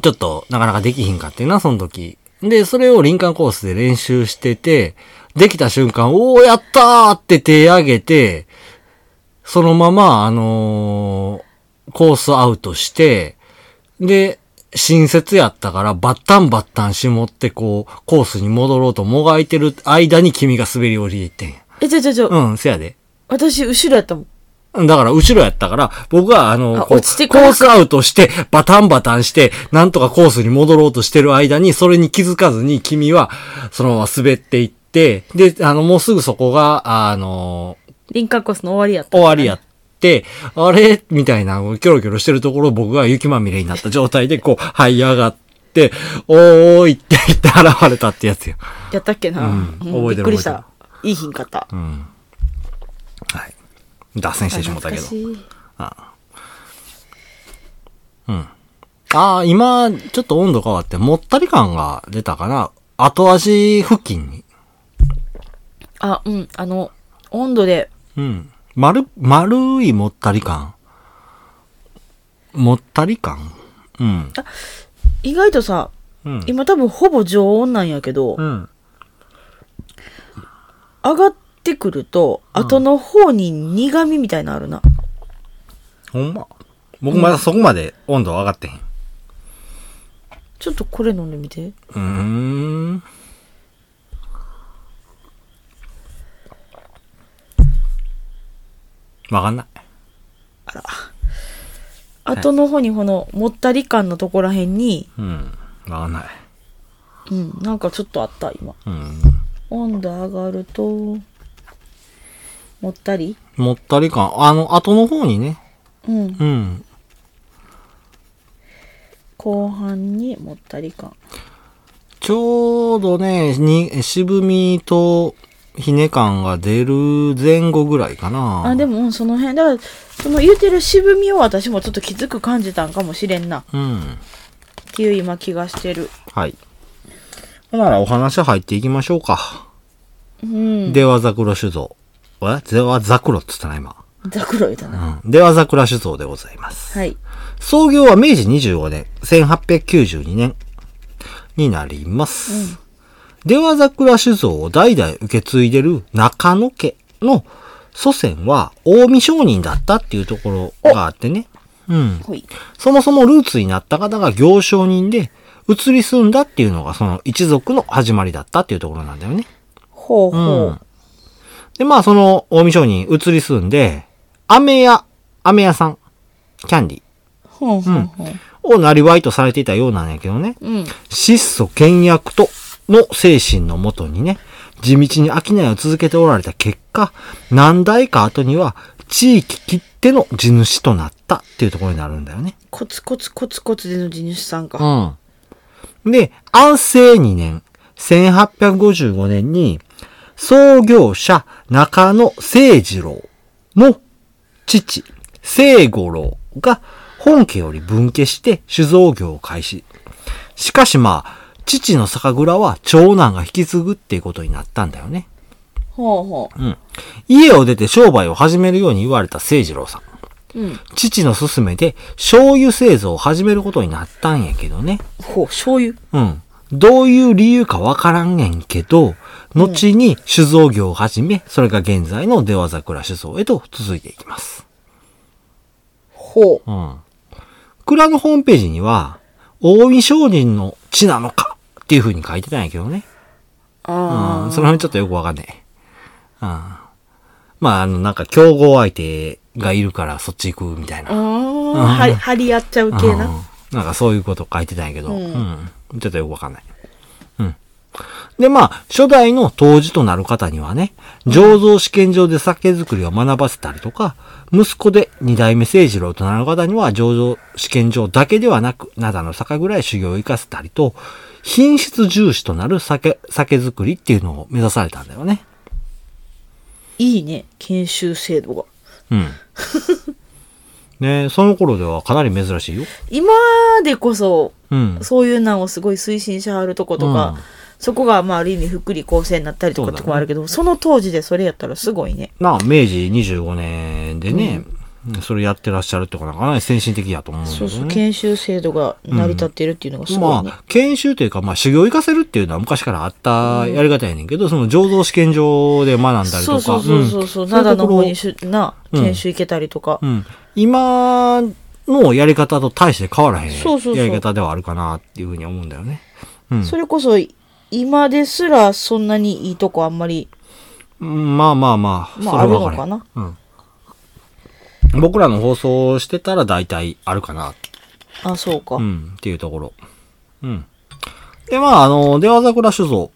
A: ちょっとなかなかできひんかってんな、その時。で、それを林間コースで練習してて、できた瞬間、おーやったーって手上げて、そのまま、あのーコースアウトして、で、新設やったから、バッタンバッタン絞って、こう、コースに戻ろうともがいてる間に君が滑り降りていってんや。
B: え、ちょちょちょ、
A: うん、せやで。
B: 私後ろやったもん。
A: だから、後ろやったから、僕は、あの、
B: あ
A: こう
B: 落ちて
A: コ
B: から
A: ースアウトして、バタンバタンして、なんとかコースに戻ろうとしてる間に、それに気づかずに、君は、そのまま滑っていって、で、あの、もうすぐそこが、あの、
B: リンカーコースの終わりやった。
A: 終わりやって、あれみたいな、キョロキョロしてるところ、僕が雪まみれになった状態で、こう、這い上がって、おーいって言って現れたってやつよ。
B: やったっけな。
A: うん覚えてる
B: びっくりした。いいひんかった。
A: うん。はい。脱線してしもたけど。
B: 懐かしい
A: ああ、今、ちょっと温度変わって、もったり感が出たかな。後味付近に。
B: あ、うん。あの、温度で、
A: うん。丸、丸いもったり感。もったり感うん。
B: 意外とさ、
A: うん。
B: 今多分ほぼ常温なんやけど、
A: うん。
B: 上がってくると、後の方に苦味みたいなのあるな。
A: ほんま。僕まだそこまで温度上がってへん。
B: ちょっとこれ飲んでみて。
A: うーん。わかんない。
B: 後の方にこのもったり感のとこらへんに、
A: うん。わかんない。
B: うん、なんかちょっとあった、今。
A: うん。
B: 温度上がると、もったり
A: もったり感。あの、後の方にね。
B: うん。
A: うん。
B: 後半にもったり感。
A: ちょうどね、に、渋みと、ひね感が出る前後ぐらいかな。
B: あ、でも、うんその辺、だから、その言うてる渋みを私もちょっと気づく感じたんかもしれんな。
A: うん。
B: っていう今気がしてる。
A: はい。ほんならお話入っていきましょうか。
B: うん。
A: ではザクロ酒造。えではザクロって言ったな、今。
B: ザクロ言うたな。
A: うん。ではザクラ酒造でございます。
B: はい。
A: 創業は明治25年、1892年になります。出羽桜酒造を代々受け継いでる中野家の祖先は近江商人だったっていうところがあってね。うん。
B: ほい。
A: そもそもルーツになった方が行商人で移り住んだっていうのがその一族の始まりだったっていうところなんだよね。
B: ほうほう。
A: うんで、まあ、その、近江商人移り住んで、飴屋、飴屋さん、キャンディ
B: ほうほうほう。
A: をなりわいとされていたようなんやけどね。
B: うん。
A: 質素倹約との精神のもとにね、地道に商いを続けておられた結果、何代か後には地域切手の地主となったっていうところになるんだよね。
B: コツコツコツコツでの地主さんか。
A: うん。で、安政2年、1855年に、創業者中野聖二郎の父、聖五郎が本家より分家して酒造業を開始。しかしまあ、父の酒蔵は長男が引き継ぐっていうことになったんだよね。
B: ほうほ
A: うん。家を出て商売を始めるように言われた聖二郎さん。
B: う。うん。
A: 父の勧めで醤油製造を始めることになったんやけどね。
B: ほう、醤油。
A: うん。どういう理由かわからんねんけど、後に酒造業を始め、それが現在の出羽桜酒造へと続いていきます。
B: ほう。
A: うん。蔵のホームページには、大見商人の地なのかっていう風に書いてたんやけどね。う
B: あ
A: ん。その辺ちょっとよくわかんねえ。うん。まあ、あの、なんか競合相手がいるからそっち行くみたいな
B: あ。。うん。はり、張り合っちゃう系な。
A: うんなんかそういうこと書いてたんやけど、う
B: う
A: んん。ちょっとよくわかんない。うん。で、まあ、初代の当時となる方にはね、醸造試験場で酒造りを学ばせたりとか、息子で二代目聖次郎となる方には醸造試験場だけではなく、灘の酒ぐらい修行を生かせたりと、品質重視となる酒、酒造りっていうのを目指されたんだよね。
B: いいね研修制度が
A: うん。ねその頃ではかなり珍しいよ。
B: 今でこそ
A: うん。
B: そういうのをすごい推進しはるとことか、
A: うん
B: そこがまあある意味福利厚生になったりとかってとこもあるけどそ,、の当時でそれやったらすごいね
A: なあ、明治25年でね、それやってらっしゃるってことはかなり先進的やと思うんだけど
B: そう
A: ね。
B: そう研修制度が成り立ってるっていうのがすごいね、
A: まあ、研修というか、まあ、修行を生かせるっていうのは昔からあったやり方やねんけど、その醸造試験場で学んだりと
B: そ
A: か。
B: うそうそうそうそう、
A: ん
B: 灘の方に
A: そ
B: しゅな
A: うん
B: 研修行けたりとか、
A: ういうところうん。今のやり方と大して変わらへん
B: そうそうそう
A: やり方ではあるかなっていうふうに思うんだよね。うん
B: それこそ今ですらそんなにいいとこあんまり
A: うんまあまあまあ、
B: ま
A: そ
B: あ
A: れ
B: ある
A: は
B: の
A: 分
B: か
A: れ
B: な
A: うん。僕らの放送してたら大体あるかな
B: あそうか、
A: うん、っていうところ。うん。で、まあ、あの、出羽桜酒造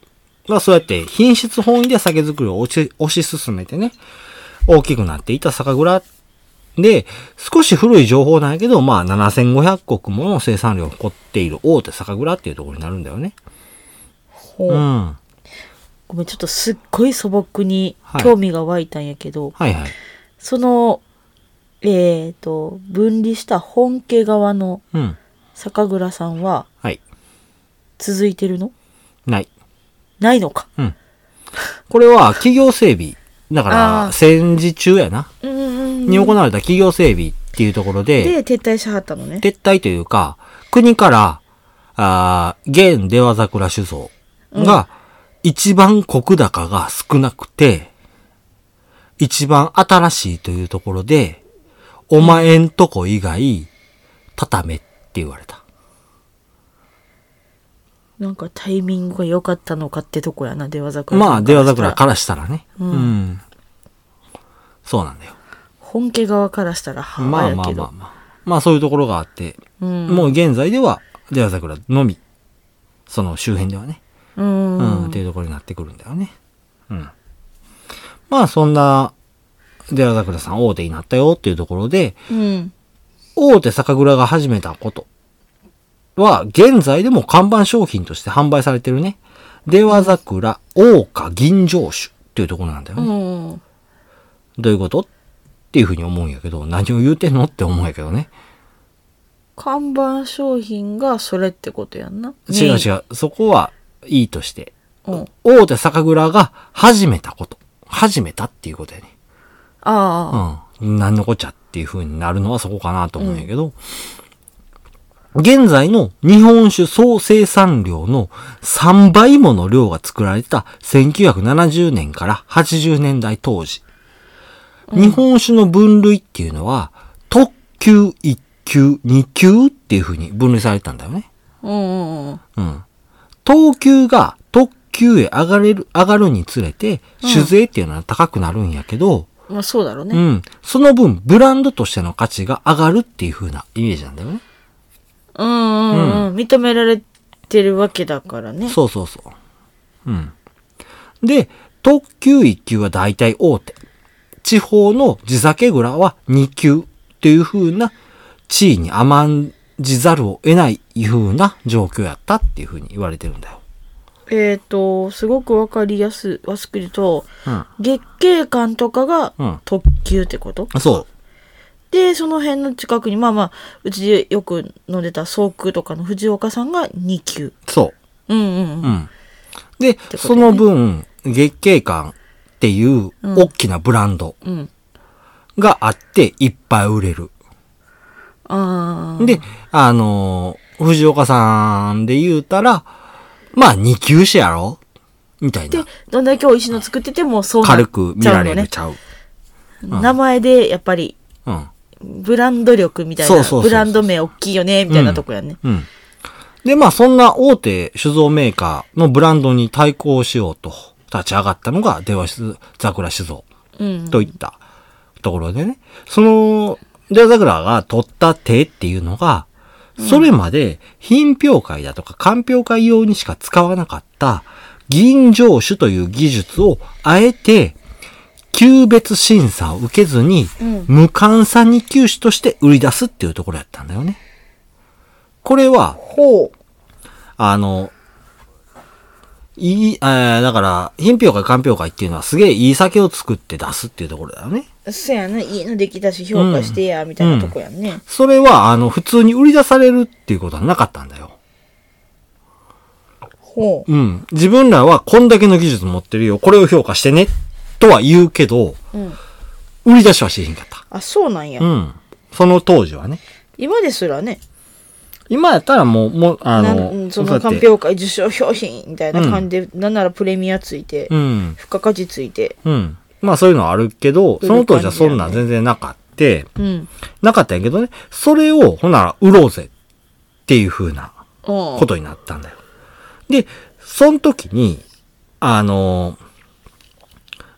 A: はそうやって品質本位で酒造りを推し推し進めてね、大きくなっていた酒蔵で、少し古い情報なんやけど、まあ、7500石もの生産量を誇っている大手酒蔵っていうところになるんだよね。
B: ほう
A: うん。は
B: ごめんちょっとすっごい素朴に
A: はい
B: 興味が湧いたんやけど、
A: いはい。
B: そのえっ、と分離した本家側の
A: うん。
B: 酒蔵さんは
A: はい。
B: 続いてるの
A: ない。
B: ないのか
A: うん。これは企業整備。だか
B: あー
A: ら、戦時中やな。
B: うんうんうん
A: に行われた企業整備っていうところ
B: で撤退しはったのね
A: 撤退というか、国から、あー現出羽桜酒造が、一番国高が少なくて、一番新しいというところで、お前んとこ以外、畳めって言われた。
B: なんかタイミングが良かったのかってとこやな出羽桜さん
A: まあ、出羽桜
B: か
A: かららしたらね。うん。そうなんだよ。
B: 本家側からしたらは
A: ま
B: あ
A: あ
B: や
A: まあ
B: け
A: まあ
B: ど
A: まあ。まあそういうところがあって、
B: うん
A: もう現在では、出羽桜のみ、その周辺ではね。
B: うん
A: うん、っていうところになってくるんだよね。うん。まあそんな、出羽桜さん大手になったよっていうところで、
B: うん
A: 大手酒蔵が始めたことは、現在でも看板商品として販売されてるね。出羽桜、大花銀城酒っていうところなんだよ
B: う
A: ね。
B: ん
A: どういうことっていうふうに思うんやけど、何を言うてんのって思うんやけどね。
B: 看板商品がそれってことやんな
A: 違う
B: う
A: 違う。そこはいいとして。
B: うん
A: 大手酒蔵が始めたこと。始めたっていうことやね。
B: ああ
A: うん。なんのこっちゃっていう風になるのはそこかなと思うんやけど、現在の日本酒総生産量の3倍もの量が作られた1970年から80年代当時。日本酒の分類っていうのは、特級、1級、2級っていう風に分類されたんだよね。
B: うんうんうん
A: うん。等級が特級へ上がれる、上がるにつれて、酒税っていうのは高くなるんやけど、
B: まあそうだろう
A: う
B: ね
A: ん。その分、ブランドとしての価値が上がるっていう風なイメージなんだよね。
B: うんうんうん認められてるわけだからね
A: そうそうそう。うん。で、特級1級は大体大手。地方の地酒蔵は2級っていう風な地位に甘んじざるを得ない風な状況やったっていう風に言われてるんだよ。
B: えっとすごくわかりやすわすくると
A: うん。
B: 月桂冠とかが
A: うん
B: 特急ってこと、
A: そう。
B: でその辺の近くにまあまあうちでよく飲んでた総空とかの藤岡さんが2級
A: そう。
B: うんうん、う、
A: うんん。で、
B: ことね
A: その分、月桂冠っていう
B: うん
A: 大きなブランド
B: うん
A: があっていっぱい売れる。
B: ああ
A: で、あのー藤岡さんで言うたら、まあ2級種やろみたい
B: で
A: な。
B: どんだけ美味しいの作っててもそうなっ
A: 軽く見られる
B: ち
A: ちゃう。
B: ゃうのね名前でやっぱり
A: うん。
B: ブランド力みたい
A: そう
B: な
A: そうそうそう
B: ブランド名大きいよねみたいなとこやね、
A: うん。で、まあそんな大手酒造メーカーのブランドに対抗しようと立ち上がったのが、出羽桜酒造。
B: うん
A: といったところでね、その、デザグラが取った手っていうのが、それまで品評会だとか鑑評会用にしか使わなかった吟醸酒という技術をあえて、級別審査を受けずに、
B: うん
A: 無関産に級酒として売り出すっていうところやったんだよね。これは、
B: ほ
A: あの、いい、えー、だから、品評会、鑑評会っていうのはすげえいい酒を作って出すっていうところだよね。
B: う。そやな、いいのできたし、評価してや、みたいなとこやんね。
A: それは、あの、普通に売り出されるっていうことはなかったんだよ。
B: ほう。
A: うん。自分らはこんだけの技術持ってるよ。これを評価してね。とは言うけど、
B: うん。
A: 売り出しはしてへんかった。
B: あ、そうなんや。
A: うん。その当時はね。
B: 今ですらね、
A: 今やったらもう、もう、あ
B: な
A: の、
B: んそ
A: そうや
B: の
A: って
B: 鑑評会受賞表品みたいな感じで、なんならプレミアついて、
A: うん。
B: 付加価値ついて、
A: うん。まあそういうのはあるけど、その当時はそんなん全然なかった。
B: うん。
A: なかったんやけどね、それを、ほんなら売ろうぜっていう風な
B: こ
A: ことになったんだよ。で、その時に、あのー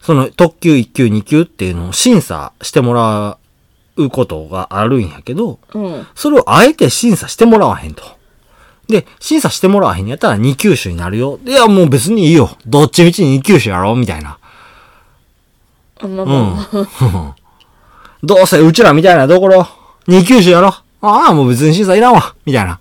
A: その特級1級2級っていうのを審査してもらうことがあるんやけど、
B: うん。
A: それをあえて審査してもらわへんと。で、審査してもらわへんやったら2級種になるよ。いや、もう別にいいよ。どっちみち2級種やろみたいな。
B: あまあ
A: う
B: まあ
A: ん。 どうせうちらみたいなところ、二級種やろ。ああ、もう別に審査いらんわ。みたいな。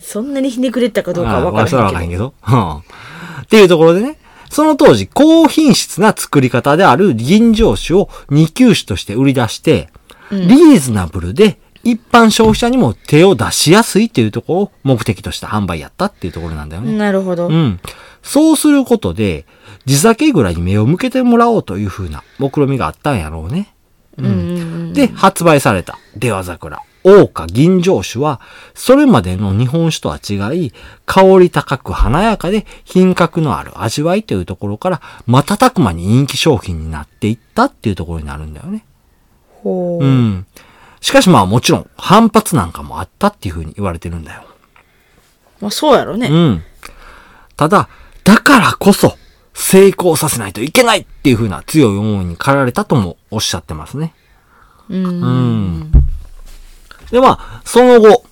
B: そんなにひねくれてたかどうか
A: ああ
B: は分
A: それは
B: か
A: わからへ
B: らへん
A: ん
B: け
A: け
B: ど。
A: ど。うん。っていうところでね、その当時、高品質な作り方である銀醸酒を二級種として売り出して、リーズナブルで一般消費者にも手を出しやすいっていうところを目的とした販売やったっていうところなんだよね。
B: なるほど。
A: うん。そうすることで、地酒蔵に目を向けてもらおうというふうな目論見みがあったんやろうね。
B: うんうん
A: で、発売された、出羽桜、大花銀醸酒は、それまでの日本酒とは違い、香り高く華やかで品格のある味わいというところから、瞬く間に人気商品になっていったっていうところになるんだよね。
B: ほ
A: う
B: う。
A: ん。しかしまあもちろん、反発なんかもあったっていうふうに言われてるんだよ。
B: まあそうやろね。
A: うん。ただ、だからこそ、成功させないといけないっていう風な強い思いに駆られたともおっしゃってますね。
B: うん。
A: で、まあ、その後、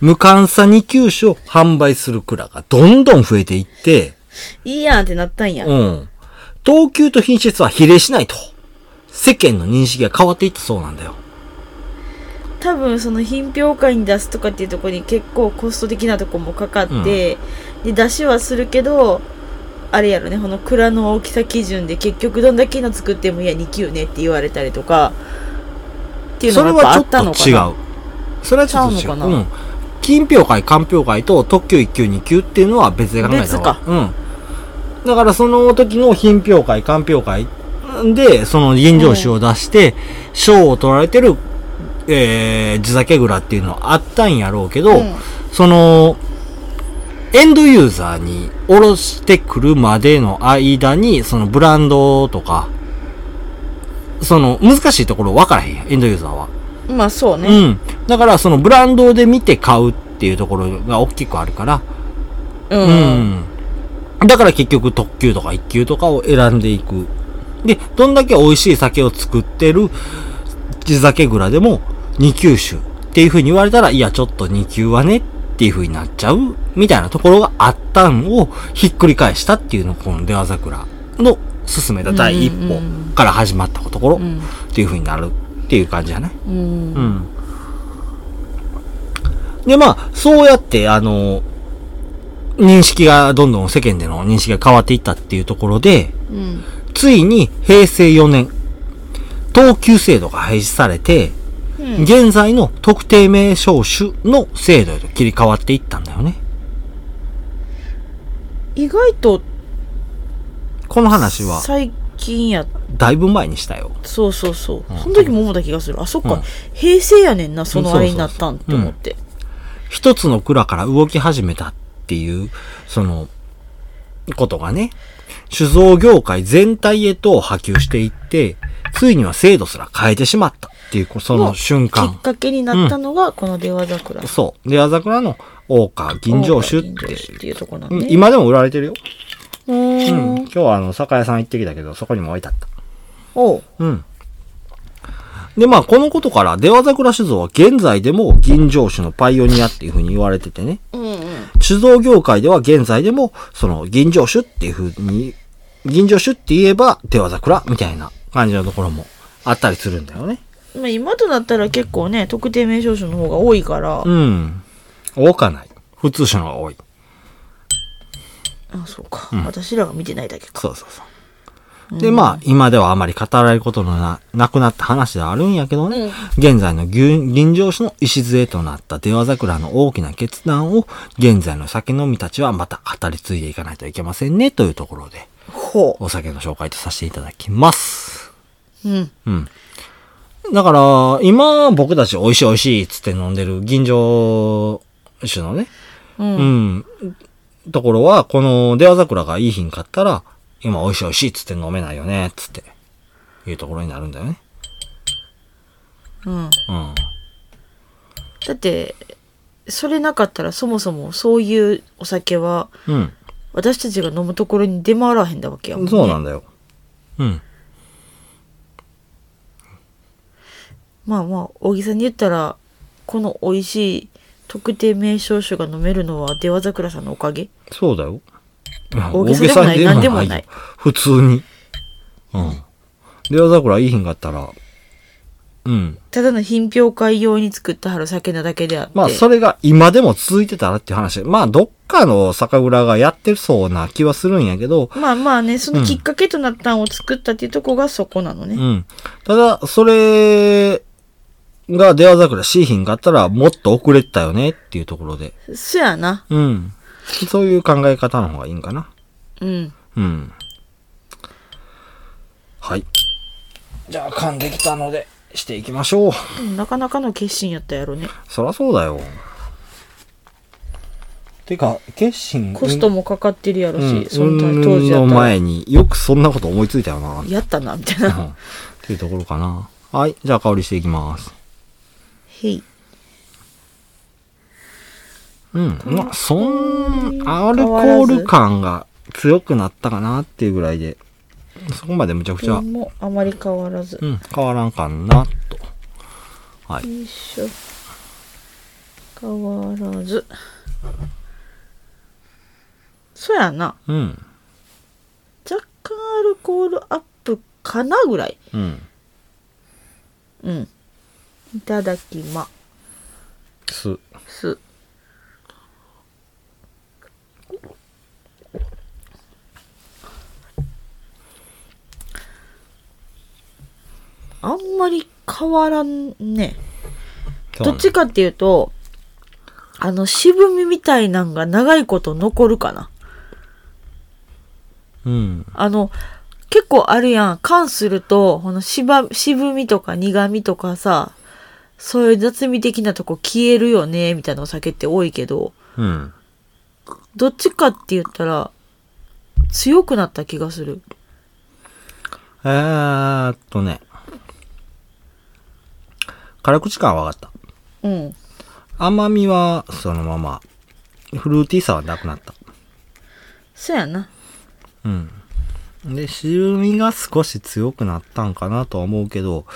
A: 無関差二級種を販売する蔵がどんどん増えていって、
B: いいやんってなったんや。
A: うん。等級と品質は比例しないと。世間の認識が変わっていったそうなんだよ。
B: 多分その品評会に出すとかっていうところに結構コスト的なとこもかかって、で出しはするけどあれやろねこの蔵の大きさ基準で結局どんだけの作ってもいや2級ねって言われたりとかっていうの
A: それ
B: がやっぱ
A: は
B: あ
A: ちょ
B: っ
A: っと
B: たのかな
A: 違う。それはちょっと違
B: ちゃう
A: う。
B: のかな
A: うん。金評会、鑑評会と特級1級2級っていうのは別で考えた方が
B: 別か
A: うん。だからその時の品評会、鑑評会で、その銀醸酒を出して、賞を取られてる、えー、地酒蔵っていうのはあったんやろうけど、
B: うん
A: その、エンドユーザーに下ろしてくるまでの間に、そのブランドとか、その難しいところ分からへんやん、エンドユーザーは。
B: まあそうね、
A: うん。だから、そのブランドで見て買うっていうところが大きくあるから、
B: うん
A: うん。だから結局特級とか一級とかを選んでいく。で、どんだけ美味しい酒を作ってる地酒蔵でも二級酒っていう風に言われたら、いや、ちょっと二級はねっていう風になっちゃうみたいなところがあったんをひっくり返したっていうのがこの出羽桜の進めた第一歩から始まったところ
B: うん
A: っていう風になるっていう感じじゃない
B: うん
A: うん。で、まあ、そうやって、あの、認識が、どんどん世間での認識が変わっていったっていうところで、
B: うん
A: ついに平成4年、等級制度が廃止されて、
B: うん
A: 現在の特定名称種の制度へと切り替わっていったんだよね。
B: 意外と
A: この話は、
B: 最近や
A: だいぶ前にしたよ。
B: そうそうそう、
A: ん
B: その時も思った気がするあそっか、
A: うん
B: 平成やねんなそのあれになったんって思って、
A: 一つの蔵から動き始めたっていう、その、ことがね、酒造業界全体へと波及していって、ついには制度すら変えてしまったっていう、その瞬
B: きっ
A: 間。
B: かけになったのがこの「出羽桜」
A: そう。で、あざくらの大川銀城酒っ
B: 大川銀城酒
A: て、
B: っていうとこな
A: うんん
B: ね、
A: 今でも売られてるよ。
B: う
A: う
B: ー
A: ん。
B: ん
A: 今日はあの、酒屋さん行ってきたけど、そこにも置いてあった。
B: おう
A: うん。で、まあ、このことから、出羽桜酒造は現在でも銀城酒のパイオニアっていうふうに言われててね。
B: うんうん
A: 酒造業界では現在でも、その、吟醸酒っていう風に、吟醸酒って言えば、手は桜みたいな感じのところもあったりするんだよね。
B: まあ、今となったら結構ね特定名称種の方が多いから、
A: うん。多かない。普通酒の方が多い。
B: あそうか、私らが見てないだけか
A: そうそうそう。で、まあ、今ではあまり語られることのななくなった話ではあるんやけどね、
B: うん
A: 現在の牛吟醸酒の礎となった出羽桜の大きな決断を、現在の酒飲みたちはまた語り継いでいかないといけませんね、というところで、
B: ほ
A: お酒の紹介とさせていただきます。
B: ううん
A: だから、今、僕たち美味しい美味しいっつって飲んでる吟醸酒のね、
B: うん
A: うん。ところは、この出羽桜がいい品買ったら、今美味しい美味しいっつって飲めないよね、っつって、いうところになるんだよね。
B: う
A: う
B: ん
A: ん。
B: だってそれなかったらそもそもそういうお酒は
A: う
B: 私たちが飲むところに出回らへんだわけやも
A: ん。
B: んね
A: そうなんだよ。うん。
B: まあまあ大げさに言ったらこの美味しい特定名称酒が飲めるのは出羽桜さんのおかげ
A: そうだよ。
B: 大げさでもない何でもない
A: よ普通に。うん。出羽桜いい品買ったら、うん。
B: ただの品評会用に作った春酒なだけであって
A: まあ、それが今でも続いてたらっていう話。まあ、どっかの酒蔵がやってそうな気はするんやけど、
B: まあまあねそのきっかけとなったんを作ったっていうとこがそこなのね、
A: うん。ただ、それが出羽桜 C 品があったらもっと遅れてたよねっていうところで。
B: そやな。
A: うん。そういう考え方の方がいいんかな。
B: うん。
A: うん。はい。じゃあ、噛んできたので、していきましょう。
B: なかなかの決心やったやろね。
A: そらそうだよ。てか、決心。
B: コストもかかってるやろ
A: う
B: し、
A: ん、
B: その
A: うん
B: 当時や
A: の
B: ったら。
A: 前によくそんなこと思いついたよな。
B: やったな、みたい
A: うん
B: な。
A: っていうところかな。はい。じゃあ、香りしていきます。
B: へい。
A: うん。まあ、そん、アルコール感が強くなったかなっていうぐらいで、そこまでむちゃくちゃ、
B: もあまり変わらず。
A: うん、変わらんかな、と。はい。
B: よいしょ。変わらず。そやな。
A: うん。
B: 若干アルコールアップかなぐらい。
A: うん。。
B: うん。いただきますす。あんまり変わらんね。どっちかっていうと、あの渋みみたいなんが長いこと残るかな。
A: うん。
B: あの、結構あるやん。缶すると、この渋渋みとか苦みとかさ、そういう雑味的なとこ消えるよね、みたいなお酒って多いけど、
A: うん。
B: どっちかって言ったら、強くなった気がする。
A: えーっとね。辛口感は分かっ
B: うん。
A: た。甘みはそのまま。フルーティーさはなくなった。
B: そやな。
A: うん。で、渋みが少し強くなったんかなとは思うけど、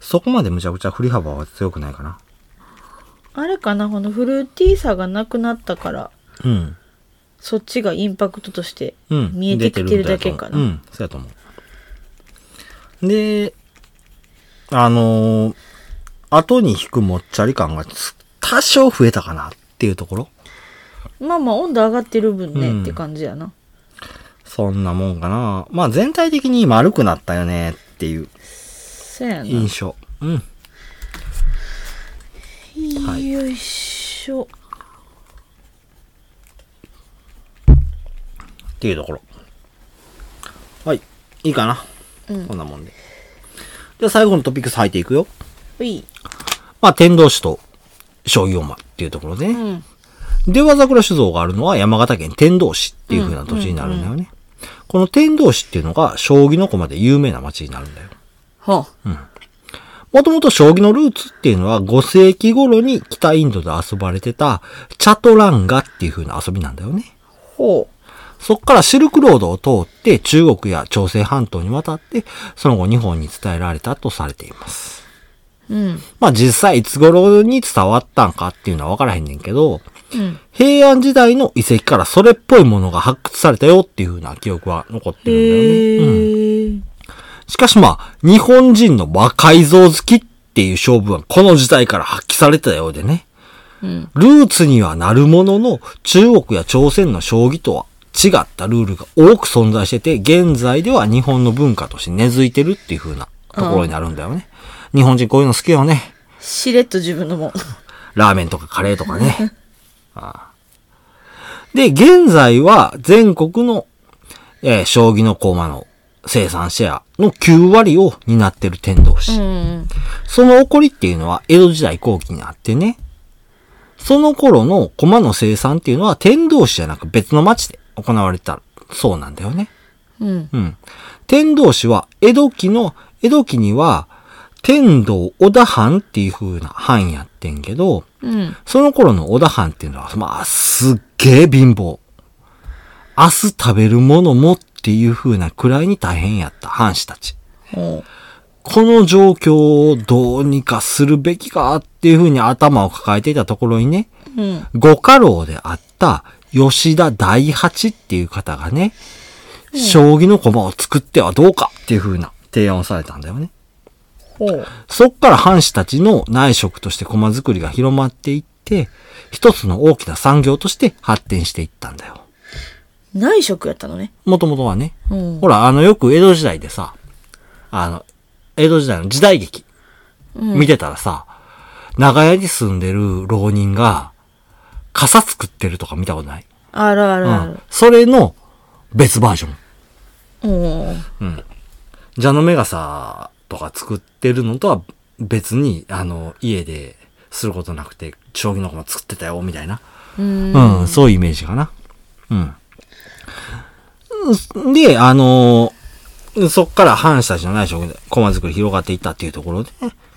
A: そこまでむちゃくちゃ振り幅は強くないかな。
B: あれかな、このフルーティーさがなくなったから、
A: うん。
B: そっちがインパクトとして
A: うん。
B: 見えてきてるだけかな。
A: 出てるんだよと思ううん、そうやと思う。で、あのー後に引くもっちゃり感がつ多少増えたかなっていうところ。
B: まあまあ温度上がってる分ね、
A: うん
B: って感じやな。
A: そんなもんかな。まあ全体的に丸くなったよねっていう
B: そやな。
A: 印象。うん。はい
B: よいしょ。
A: っていうところ。はい。いいかな。こんなもんで。じゃあ最後のトピックス入っていくよ。
B: うい。
A: まあ天童市と醤油馬っていうところでね。
B: うん。
A: 出羽桜酒造があるのは山形県天童市っていう風な土地になるんだよね。この天童市っていうのが将棋の駒で有名な町になるんだよ。
B: はあ。
A: もともと将棋のルーツっていうのは5世紀頃に北インドで遊ばれてたチャトランガっていう風な遊びなんだよね。
B: ほ
A: そっからシルクロードを通って中国や朝鮮半島に渡ってその後日本に伝えられたとされています。
B: う。うん。
A: まあ実際いつ頃に伝わったんかっていうのは分からへんねんけど、
B: うん。
A: 平安時代の遺跡からそれっぽいものが発掘されたよっていうふうな記憶は残ってるんだよね。
B: へー。
A: しかしまあ、日本人の魔改造好きっていう勝負はこの時代から発揮されてたようでね。
B: うん。
A: ルーツにはなるものの、中国や朝鮮の将棋とは違ったルールが多く存在してて、現在では日本の文化として根付いてるっていう風なところになるんだよね。日本人こういうの好きよね。
B: しれっと自分のもん。
A: ラーメンとかカレーとかね。 ああで、現在は全国の、えー将棋の駒の生産シェアの9割を担ってる天童市。
B: うん。
A: その起こりっていうのは江戸時代後期にあってね。その頃の駒の生産っていうのは天童市じゃなく別の町で行われたそうなんだよね。
B: うん。
A: うん。天童市は江戸期の、江戸期には天童小田藩っていう風な藩やってんけど、
B: うん。
A: その頃の小田藩っていうのは、まあ、すっげえ貧乏。明日食べるものもっていう風なくらいに大変やった藩士たち。
B: ほ
A: この状況をどうにかするべきかっていう風に頭を抱えていたところにね、
B: う。うん。
A: ご家老であった吉田大八っていう方がね、将棋の駒を作ってはどうかっていう風な提案をされたんだよね。
B: ほう。
A: そっから藩士たちの内職として駒作りが広まっていって、一つの大きな産業として発展していったんだよ。
B: 内職やったのね。
A: もともとはね。
B: うん。
A: ほら、あの、よく江戸時代でさ、あの、江戸時代の時代劇、見てたらさ、長屋に住んでる浪人が、傘作ってるとか見たことない、
B: あるあるあ
A: うん。それの別バージョン。
B: る。うん。
A: 蛇の目がさ、とか作ってるのとは別に、あの、家ですることなくて、将棋の駒作ってたよ、みたいな。
B: うん。
A: うん、そういうイメージかな。うん。うんで、あのーそっから藩士たちの内職で駒作り広がっていったっていうところで、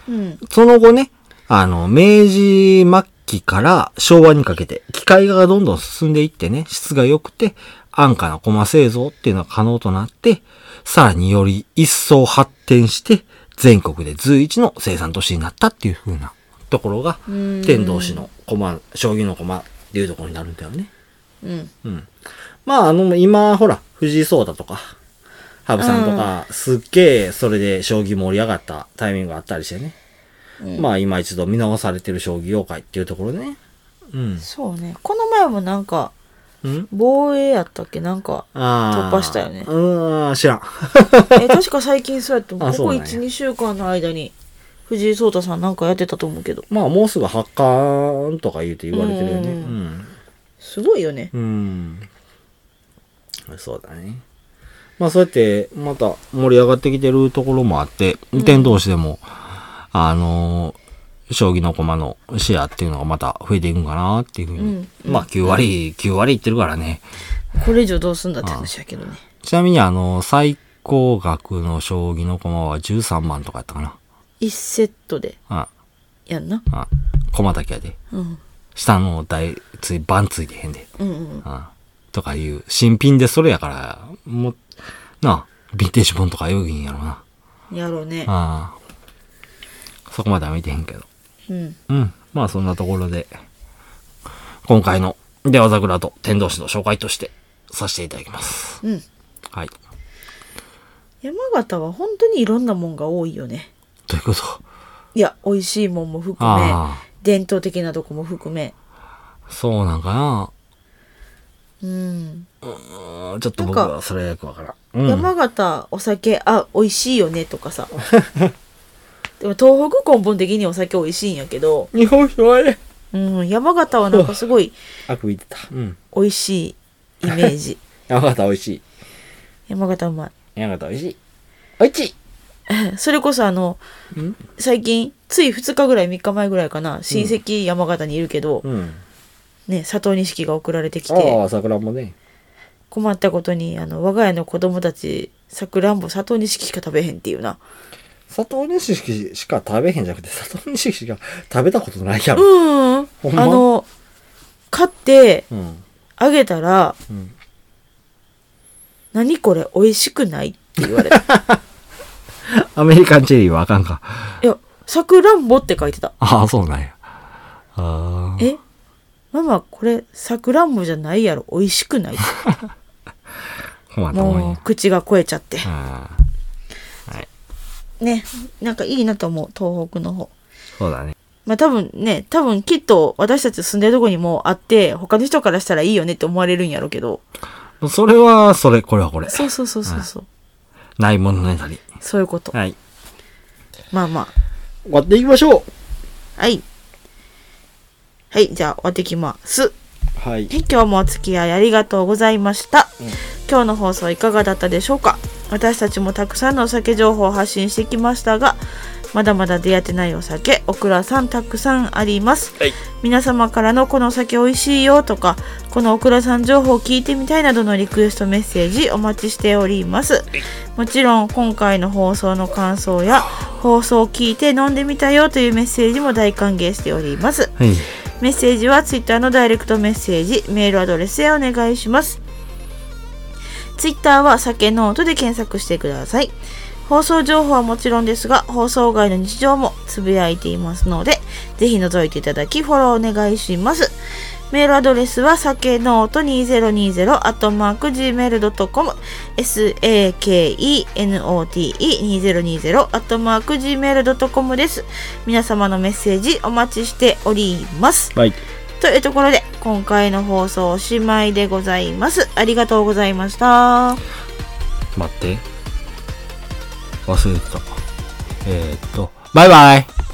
B: うん。
A: その後ね、あの、明治末期から昭和にかけて、機械化がどんどん進んでいってね、質が良くて、安価な駒製造っていうのが可能となって、さらにより一層発展して、全国で随一の生産都市になったっていう風なところが、
B: ん
A: 天童市の駒、将棋の駒っていうところになるんだよね。
B: うん。
A: うん。まあ、あの、今、ほら、藤井聡太とか、羽生さんとか、すっげえ、それで将棋盛り上がったタイミングがあったりしてね。まあ、今一度見直されてる将棋業界っていうところでね。うん。
B: そうね。この前もなんか、
A: うん
B: 防衛やったっけなん か。
A: あー
B: 突破したよね
A: うーん、知らん。
B: え、確か最近そうやって、ここ
A: あそうなん
B: 1、
A: や
B: 2週間の間に、藤井聡太さんなんかやってたと思うけど。
A: まあ、もうすぐ発刊とか言うて言われてるよね。
B: う
A: うん。
B: すごいよね。
A: うん。そうだね。まあそうやって、また盛り上がってきてるところもあって、天童市でも、あのー将棋の駒のシェアっていうのがまた増えていくんかなっていうふうに。まあ9割、9割いってるからね。
B: これ以上どうすんだって話やけどね。
A: ちなみにあの、最高額の将棋の駒は13万とかやったかな。
B: 1セットで、
A: あ、
B: やんな。
A: あ、駒だけやで。
B: うん。
A: 下の台、つい、番ついてへんで。
B: うんうん。
A: あとかいう、新品でそれやから、もう、なあ、ヴィンテージ本とか言うんやろな。
B: やろうね。
A: ああ。そこまでは見てへんけど。
B: うん。
A: うん。まあそんなところで、今回の、では桜と天童市の紹介として、させていただきます。
B: うん。
A: はい。
B: 山形は本当にいろんなもんが多いよね。
A: ということ。
B: いや、美味しいもんも含め、
A: ああ。
B: 伝統的なとこも含め。
A: そうなんかな。
B: うん。
A: うんちょっと僕
B: なん
A: はそれはよくわからん。うん。
B: 山形お酒あ美味しいよねと かさでも東北根本的にお酒美味しいんやけど、
A: 日本酒はね。
B: うん、山形はなんかすごい
A: あくびてた。うん。
B: 美味しいイメ ージ
A: 山形美味しい。
B: 山形うまい
A: 山形美味しい。美味しい
B: それこそあの
A: ん
B: 最近つい2日ぐらい3日前ぐらいかな親戚山形にいるけど、
A: うん。
B: ね佐藤錦が送られてき
A: あ
B: て
A: あ、桜もね。
B: 困ったことにあの我が家の子供たちさくらんぼ佐藤錦しか食べへんっていうな
A: 砂糖錦しか食べへんじゃなくて、砂糖錦しか食べたことないや
B: う
A: ろ。
B: ん、
A: ほんま
B: あの買って
A: うん。
B: あげたら
A: うん。
B: 何これ 美味しくないって言われた。
A: アメリカンチェリーはあかんか。
B: いや、さくらんぼって書いてた。
A: ああ、そうなんや。ああ。
B: えママ、これ、さくらんぼじゃないやろ。美味しく ない。
A: 困ったもん
B: も
A: や
B: う、。口が肥えちゃって。
A: ああはい。
B: ね。なんかいいなと思う、東北の方。
A: そうだね。
B: まあ多分ね、多分きっと私たち住んでるとこにもあって、他の人からしたらいいよねって思われるんやろうけど。
A: それは、それ、これはこれ。
B: そうそうそうそうそう。
A: ないものねだり。
B: そういうこと。
A: はい。
B: まあま
A: 終わっていきましょ
B: あ。はい。はい、じゃあ終わってきます。
A: うはい。
B: はい今日もお付き合いありがとうございました、今日の放送いかがだったでしょうか私たちもたくさんのお酒情報を発信してきましたがまだまだ出会ってないお酒オクラさんたくさんあります、
A: はい
B: 皆様からのこのお酒美味しいよとかこのオクラさん情報を聞いてみたいなどのリクエストメッセージお待ちしておりますもちろん今回の放送の感想や放送を聞いて飲んでみたよというメッセージも大歓迎しております
A: はい。
B: メッセージはツイッターのダイレクトメッセージ、メールアドレスへお願いします。ツイッターは酒ノートで検索してください。放送情報はもちろんですが、放送外の日常もつぶやいていますので、ぜひ覗いていただきフォローお願いします。メールアドレスは、さけのうと 2020-gmail.com、sakenote2020-gmail.com です。皆様のメッセージお待ちしております。
A: はい。
B: というところで、今回の放送おしまいでございます。ありがとうございました。
A: 待って。忘れてた。えー、っと、バイバイ